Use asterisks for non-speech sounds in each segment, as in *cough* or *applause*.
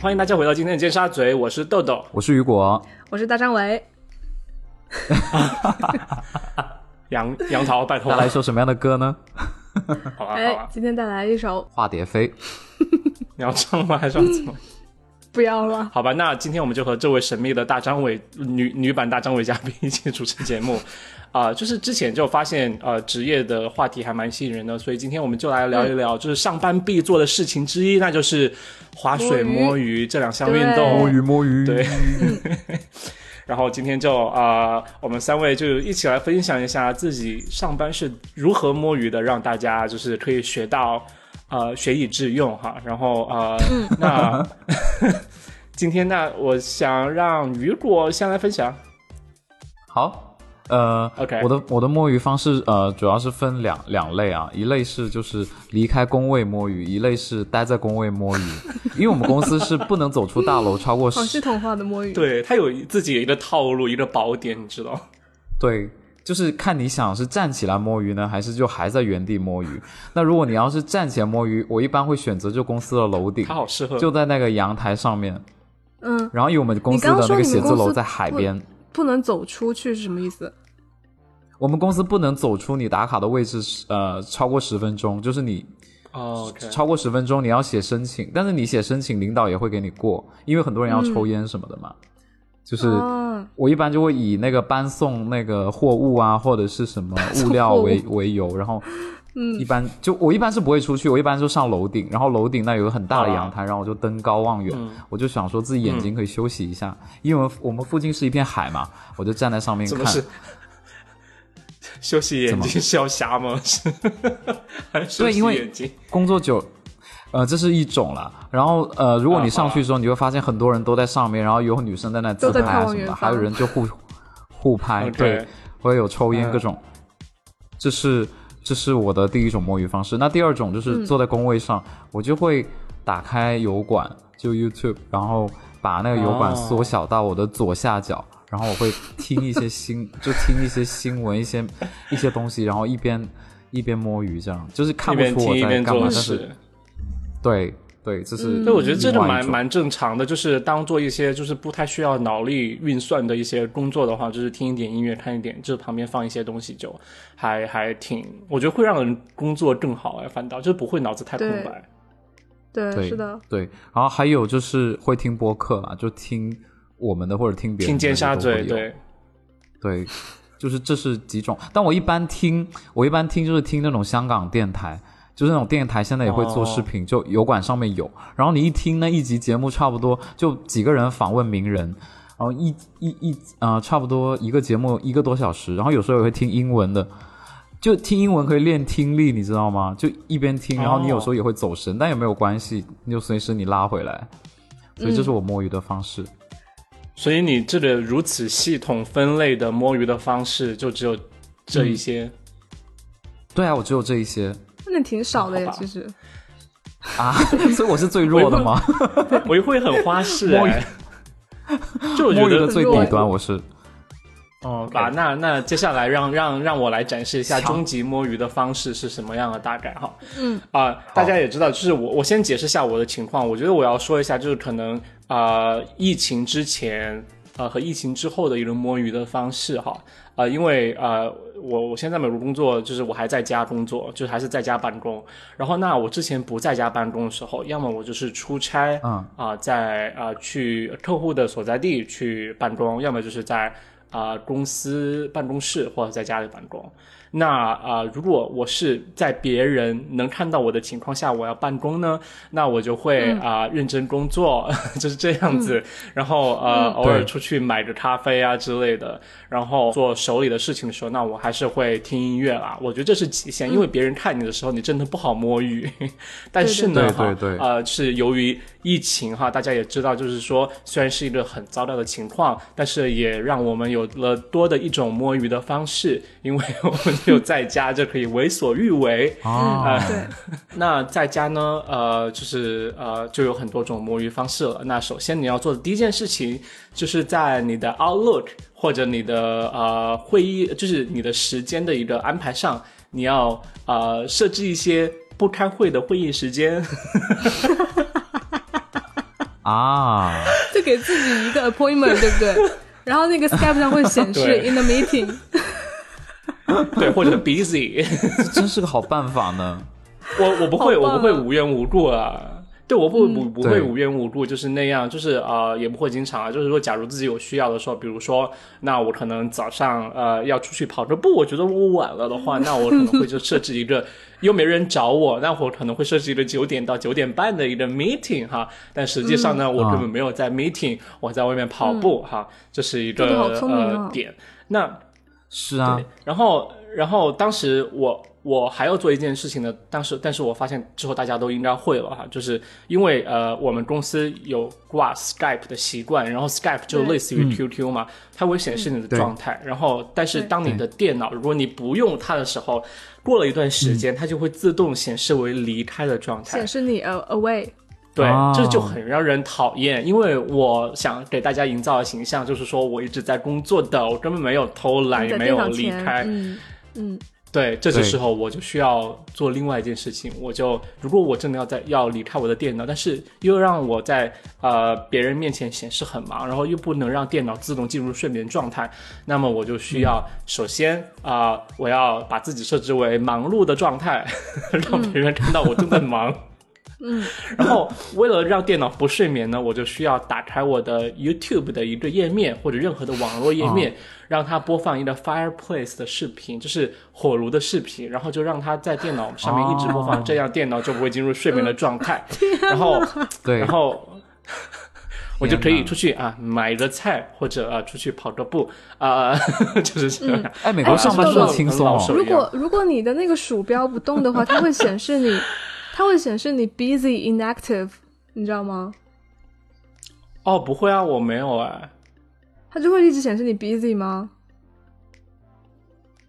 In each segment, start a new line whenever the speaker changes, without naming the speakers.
欢迎大家回到今天的尖沙咀，我是豆豆，
我是雨果，
我是大张伟。
杨杨桃，拜
*laughs*
托
带来一首什么样的歌
*laughs*
呢？
好啊好
哎
啊，，
今天带来一首，
化蝶飞，
你要唱吗？还是要怎
嗯
么？
不
*laughs*
要了，
好吧，那今天我们就和这位神秘的大张伟女女版大张伟嘉宾一起主持节目， *laughs* 啊、就是之前就发现呃职业的话题还蛮吸引人的，所以今天我们就来聊一
嗯
聊，就是上班必做的事情之一，那就是划水、
摸鱼
摸鱼这两项运
哎对
动
摸。
摸鱼
对，然后今天就啊、呃我们三位就一起来分享一下自己上班是如何摸鱼的，让大家就是可以学到呃学以致用哈。然后呃，那 *laughs* 今天呢，我想让雨果先来分享。
好，呃
OK
我的我的摸鱼方式呃主要是分两两类啊，一类是就是离开工位摸鱼，一类是待在工位摸
*laughs*
鱼，因为我们公司是不能走出大楼超过
好系
十
统化的摸鱼。，
对他有自己一个套路，一个宝典，你知道？
对，就是看你想是站起来摸鱼呢，还是就还在原地摸鱼。那如果你要是站起来摸鱼，我一般会选择就公司的楼顶
他，好适合。
就在那个阳台上面，
嗯，
然后因为我们公司的
你刚刚
那
说
个
你们
写字
公
楼
司
在海
不
边。
不能走出去是什么意思？
我们公司不能走出你打卡的位置，呃，超过十分钟，就是你
哦 OK，
超过十分钟你要写申请，但是你写申请，领导也会给你过，因为很多人要抽烟什么的嘛。就是
哦
我一般就会以那个搬送那个货物啊，或者是什么物料
货物
为为由，然后。嗯，一般就我一般是不会出去，我一般就上楼顶，然后楼顶那有个很大的阳
啊
台，然后我就登高望
嗯
远，我就想说自己眼睛可以休息一下，因为我们附近是一片海嘛，我就站在上面
怎
看
么，是？ *laughs* 休息眼
么
睛是要瞎吗？ *laughs* 是，还是休
对
息
因为
眼睛？
工作久，呃，这是一种啦。然后呃，如果
啊
你
好
上
啊
去的时候，你会发现很多人都在上面，然后有女生在那自
都在
拍
看
啊
往
什么
远
的，
方
还有人就互互拍
OK
哎对，会有抽烟
嗯
各种。这是这是我的第一种摸鱼方式。那第二种就是坐在工位上，我就会打开油管，就 YouTube，然后把那个油管
哦
缩小到我的左下角。然后我会听一
*laughs*
些新，就听一些新闻，一些一些东西，然后一边一边摸鱼，这样就是看
一
不
边
出
听
我
一
在
边
干嘛，
做
但是
事。
对对，这是
嗯
对，我觉得
另
这个
外一
蛮
种
蛮正常的，就是当做一些就是不太需要脑力运算的一些工作的话，就是听一点音乐，看一点，就是旁边放一些东西，就还还挺，我觉得会让人工作更好哎，反倒就是不会脑子太空
对
白。
对，
对
是的，
对，然后还有就是会听播客啊，就听我们的或者听别人
听
的
尖
都
沙
会
咀，
有
对，
对，就是这是几种。但我一般听，我一般听就是听那种香港电台，就是那种电台现在也会做视频，就油管上面有。然后你一听那一集节目，差不多就几个人访问名人，然后一一一呃，差不多一个节目一个多小时。然后有时候也会听英文的。就听英文可以练听力，你知道吗？就一边听，然后你有时候也会走神，但也没有关系，你就随时你拉回来。所以这是
嗯
我摸鱼的方式。
所以你这个如此系统分类的摸鱼的方式，就只有这
嗯
一些。
对啊，我只有这一些
嗯那你挺少的耶
好，吧
其实。
啊， *laughs* 所以我是最弱的吗？
哎我也会很花式
摸鱼
哎， *laughs* 就我觉
摸鱼的
得哎
最底端，我是
哦，吧，那那接下来让让让我来展示一下终极摸鱼的方式是什么样的大概哈。
嗯
啊、大家也知道，就是我我先解释一下我的情况。我觉得我要说一下，就是可能啊、呃疫情之前呃和疫情之后的一轮摸鱼的方式哈。啊、因为呃我我现在美国工作，就是我还在家工作，就是还是在家办公。然后那我之前不在家办公的时候，要么我就是出差，
嗯
啊、在啊、去客户的所在地去办公，要么就是在啊、公司办公室或者在家里办公。那啊、如果我是在别人能看到我的情况下，我要办公呢，那我就会啊、认真工作， *laughs* 就是这样子。 *laughs* 然后呃，偶尔
对
出去买个咖啡啊之类的，然后做手里的事情的时候，那我还是会听音乐啦。我觉得这是极限，因为别人看你的时候，你真的不好摸鱼。但是呢，
对对
哈
对对
呃，是由于疫情哈，大家也知道，就是说虽然是一个很糟糕的情况，但是也让我们有了多的一种摸鱼的方式，因为我们
*laughs*
就在家就可以为所欲为。嗯
啊，
嗯对，
那在家呢，呃，就是呃，就有很多种摸鱼方式了。那首先你要做的第一件事情，就是在你的 Outlook 或者你的呃会议，就是你的时间的一个安排上，你要呃设置一些不开会的会议时间。
啊，
就给自己一个 appointment，对不对？
*laughs*
然后那个 Skype 上会显示
对
in the meeting，
*laughs* 对，或
*laughs*
者 busy， *laughs*
这真是个好办法呢。
我我不会，
好棒啊嗯
我不会无缘无故啊。对，我不不不会
对
无缘无故，就是那样，就是呃，也不会经常啊。就是说，假如自己有需要的时候，比如说，那我可能早上呃要出去跑个步，我觉得我晚了的话，那我可能会就设置一个，又没人找我，那我可能会设置一个九点到九点半的一个 meeting 哈。但实际上呢，
嗯
我根本没有在 meeting，、我在外面跑步、哈，这是一个
这个嗯好聪明哦
呃点。那
是啊
对，，然后然后当时我我还要做一件事情呢，当时但是我发现之后大家都应该会了哈，就是因为呃我们公司有挂 Skype 的习惯，然后 Skype 就
对嗯
类似于 QQ 嘛，它会显示你的
对
状态，然后但是
对
当你的电脑如果你不用它的时候，过了一段时间、它就会自动显示为离开的状态
嗯显，示啊你 a- away。
对，
哦
这就很让人讨厌，因为我想给大家营造的形象就是说我一直在工作的，我根本没有偷懒，
你
也
在
哎没
电
有
脑
离
前，
开，
嗯嗯，
对，这个
对
时候我就需要做另外一件事情，我就如果我真的要在要离开我的电脑，但是又让我在呃别人面前显示很忙，然后又不能让电脑自动进入睡眠状态，那么我就需要首先啊、我要把自己设置为忙碌的状态， *laughs* 让别人看到我正在忙。
嗯，
然后为了让电脑不睡眠呢，我就需要打开我的 YouTube 的一个页面或者任何的网络页
啊
面，让它播放一个 Fireplace 的视频，就是火炉的视频，然后就让它在电脑上面一直播放，
哦嗯啊
这样电脑就不会进入睡眠的状态。然
*laughs*
后，
对，
然后。我就可以
天哪
出去啊，买个菜，或者啊、呃出去跑个步啊， *laughs* 就是这样。
哎，美国
哎
上班
是
这么
的
轻松
老
哦
师。
如果如果你的那个鼠标不动的话，它会显示你，它会显示你 busy inactive，你知道吗？
哦，不会啊，我没有啊。
它就会一直显示你 busy 吗？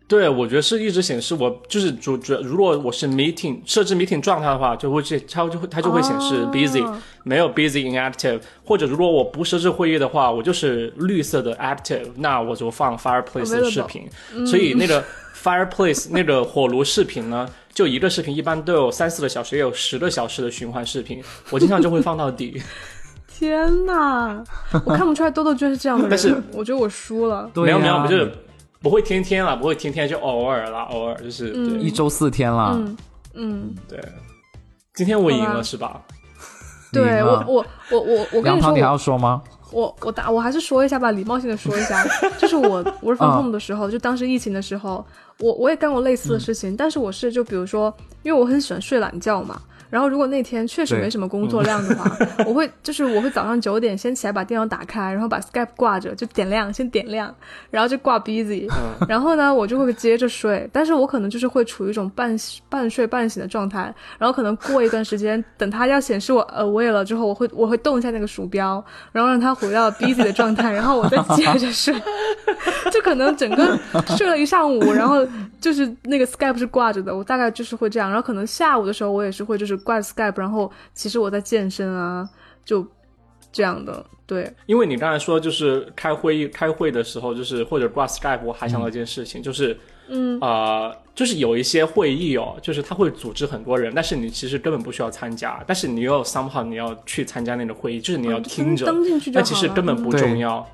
对，我觉得是一直显示我就是主主，如果我是 meeting 设置 meeting 状态的话，就会去它就会它就会显示
哦
busy，、没有 busy inactive，或者如果我不设置会议的话，我就是绿色的 active，那我就放 fireplace 的
Available
视频，所
嗯
以那个 fireplace 那个火炉视频呢，就一个视频一般都有三四个小时，也有十个小时的循环视频，我经常就会放到底。
天
*laughs*
哪，我看不出来豆豆就是这样的人，
但是
我觉得我输了。
对
没有没有，
呀
我就是不会天天啦，不会天天，就偶尔啦，偶尔就是对、
一周四天啦。
嗯嗯，
对。今天我赢
好吧
了是吧？
你赢
对
啊
我
了
我我我我跟
梁
你
糖，
说，
你还
我嗯
要说吗？
我我打我还是说一下吧，礼貌性的说一
*laughs*
下，就是我 work
啊
from home 的时候，就当时疫情的时候，我我也干过类似的事
嗯
情，但是我是就比如说，因为我很喜欢睡懒觉嘛。然后，如果那天确实
对
没什么工作量的话， *laughs* 我会就是我会早上九点先起来把电脑打开，然后把 Skype 挂着，就点亮，先点亮，然后就挂 busy，、然后呢，我就会接着睡，但是我可能就是会处于一种半半睡半醒的状态，然后可能过一段时间，等它要显示我 away 了之后，我会我会动一下那个鼠标，然后让它回到 busy 的状态，然后我再接着睡，就可能整个睡了一上午，然后就是那个 Skype 是挂着的，我大概就是会这样，然后可能下午的时候我也是会就是挂着 Skype，然后其实我在健身啊，就这样的，对，
因为你刚才说就是开会议开会的时候，就是或者挂 Skype，我还想到一件事情，就是
嗯
呃，就是有一些会议哦，就是他会组织很多人，但是你其实根本不需要参加，但是你又 somehow 你要去参加那个会议，就是你要
啊就
听着，
登进去就好
但
了，嗯
其实根本不
对
重要。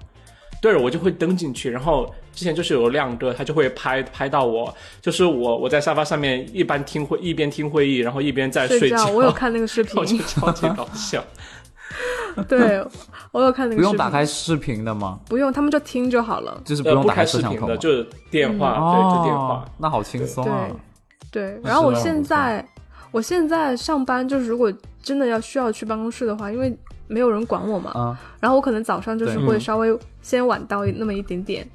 对，我就会登进去，然后之前就是有亮哥，他就会拍拍到我，就是我我在沙发上面一般听会一边听会议，然后一边在
睡
觉，
我有看那
*laughs*
个视频
我，就超级搞笑。
对，我有看那个视频。
不用打开视频的吗？
不用，他们就听就好了。
就是
呃，
用
不
打
开
开
视
摄像
频
头
的，
吗？
就是电
嗯
话，对，就电话
哦。，那好轻松啊
对！对，
那
然后我
是那种
现
不错
在，我现在上班就是如果真的要需要去办公室的话，因为没有人管我嘛，
嗯
然后我可能早上就是
对
会
嗯
稍微先晚到那么一点点，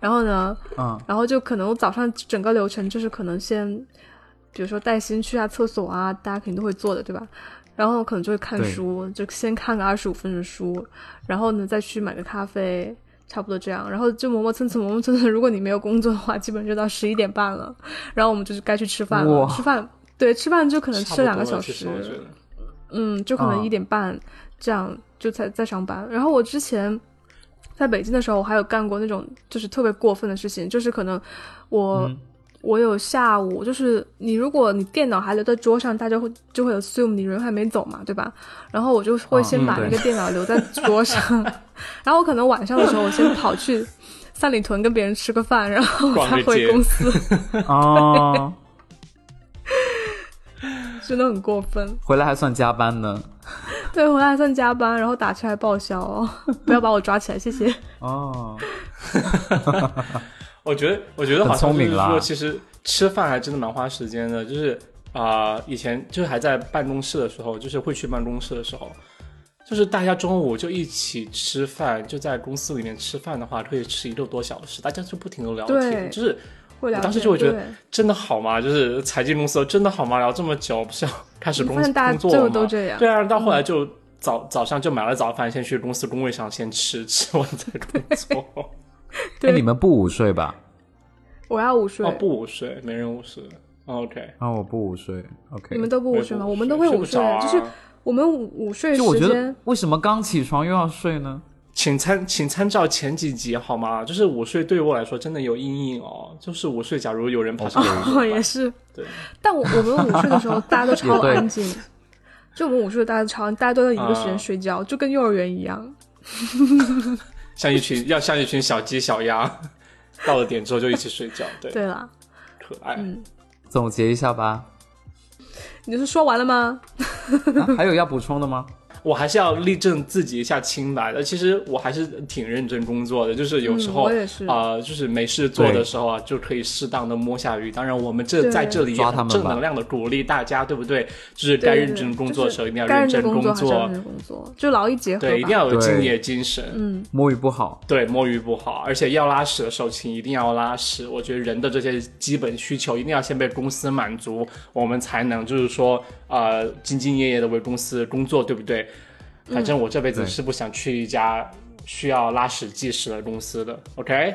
然后呢， *laughs*
嗯，
然后就可能我早上整个流程就是可能先，比如说带薪去下厕所啊，大家肯定都会做的，对吧？然后可能就会看
对
书，就先看个二十五分钟的书，然后呢再去买个咖啡，差不多这样。然后就磨磨蹭蹭，磨磨蹭蹭。如果你没有工作的话，基本就到十一点半了。然后我们就是该去吃饭了，
哇
吃饭对，吃饭就可能
差
嗯
不
吃两
多
个
了
小
其
时
实，我觉
*laughs*
得
嗯，就可能
啊
一点半、这样就才在上班。然后我之前在北京的时候，我还有干过那种就是特别过分的事情，就是可能我、
嗯
我有下午，就是你如果你电脑还留在桌上，大家会就会 assume 你人还没走嘛，对吧？然后我就会先把
嗯
那
对
个电脑留在
*laughs*
桌上，然后我可能晚上的时候我先跑去三里屯跟别人吃个饭，然后
逛
再
个
回
街
公司，
啊，
真的很过分。
回来还算加班呢。
对，回来还算加班，然后打车还报销、哦，不要把我抓起来，谢谢。
哦，
我觉得，我觉得好像
很聪
就是
明啦
说，其实吃饭还真的蛮花时间的。就是啊、以前就是还在办公室的时候，就是会去办公室的时候，就是大家中午就一起吃饭，就在公司里面吃饭的话，可以吃一个多小时，大家就不停的聊
对
天，就是
会聊天，
我当时就会觉得
对
真的好吗？就是才进公司真的好吗？聊这么久，不是要开始
你
工
发现
工
大家
作了
就
吗？
都这样。嗯
对啊，到后来就早、早上就买了早饭，先去公司工位上先吃， *laughs* 吃完再工
*laughs*
作。
那
对
哎你们不午睡吧？
我要午睡，
哦，不午睡，没人午睡。OK，
啊，我不午睡。OK，
你们都不午睡吗？我们都会
睡
午
不
睡
着，啊
就是我们午午睡
就我
时
觉得
*laughs*
间。
为什么刚起床又要睡呢？
请参请参照前几集好吗？就是午睡对我来说真的有阴影哦。就是午睡，假如有人爬上来，
哦，也是，
对，
但我我们午睡的时候，大家都超
也对
安静。就我们午睡，大家都超安，大家都在一个时
啊
间睡觉，就跟幼儿园一样。
*laughs* 像一群要像一群小鸡小鸭，到了点之后就一起睡觉，对，哎
对啦，
可爱。
嗯，
总结一下吧。
你是说完了吗？
啊还有要补充的吗？
我还是要立证自己一下清白的。其实我还是挺认真工作的，就是有时
嗯、
候
我也是，
啊、就是没事做
对
的时候啊，就可以适当的摸下鱼。当然，我们这
对
在这里也
抓他
很
们
正
吧
能量的鼓励大家，对不对？就是
对
该
对
认真
对
工
就
作的
是
时候一定要
该
认
认真
真工
作还是要认真工作，就劳逸结合吧。
对，一定要有
对
敬业精神。
嗯，
摸鱼不好，
对，摸鱼不好，而且要拉屎的时候，请一定要拉屎。我觉得人的这些基本需求一定要先被公司满足，我们才能就是说，呃，兢兢业业的为公司工作，对不对？
嗯
反正我这辈子
对
是不想去一家需要拉屎计时的公司的。OK，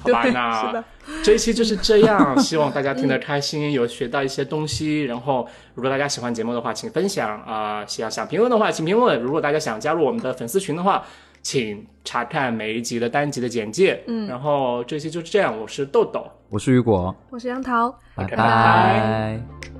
好
*laughs* 对，
吧，
是
那
的，
这一期就是这样，希望大家听得开心，有学到一些东西。然后，如果大家喜欢节目的话，请分享啊、想想评论的话，请评论。如果大家想加入我们的粉丝群的话，请查看每一集的单集的简介。嗯，然后这期就是这样，我是豆豆。
我是雨果，
我是杨桃，
OK，拜
拜拜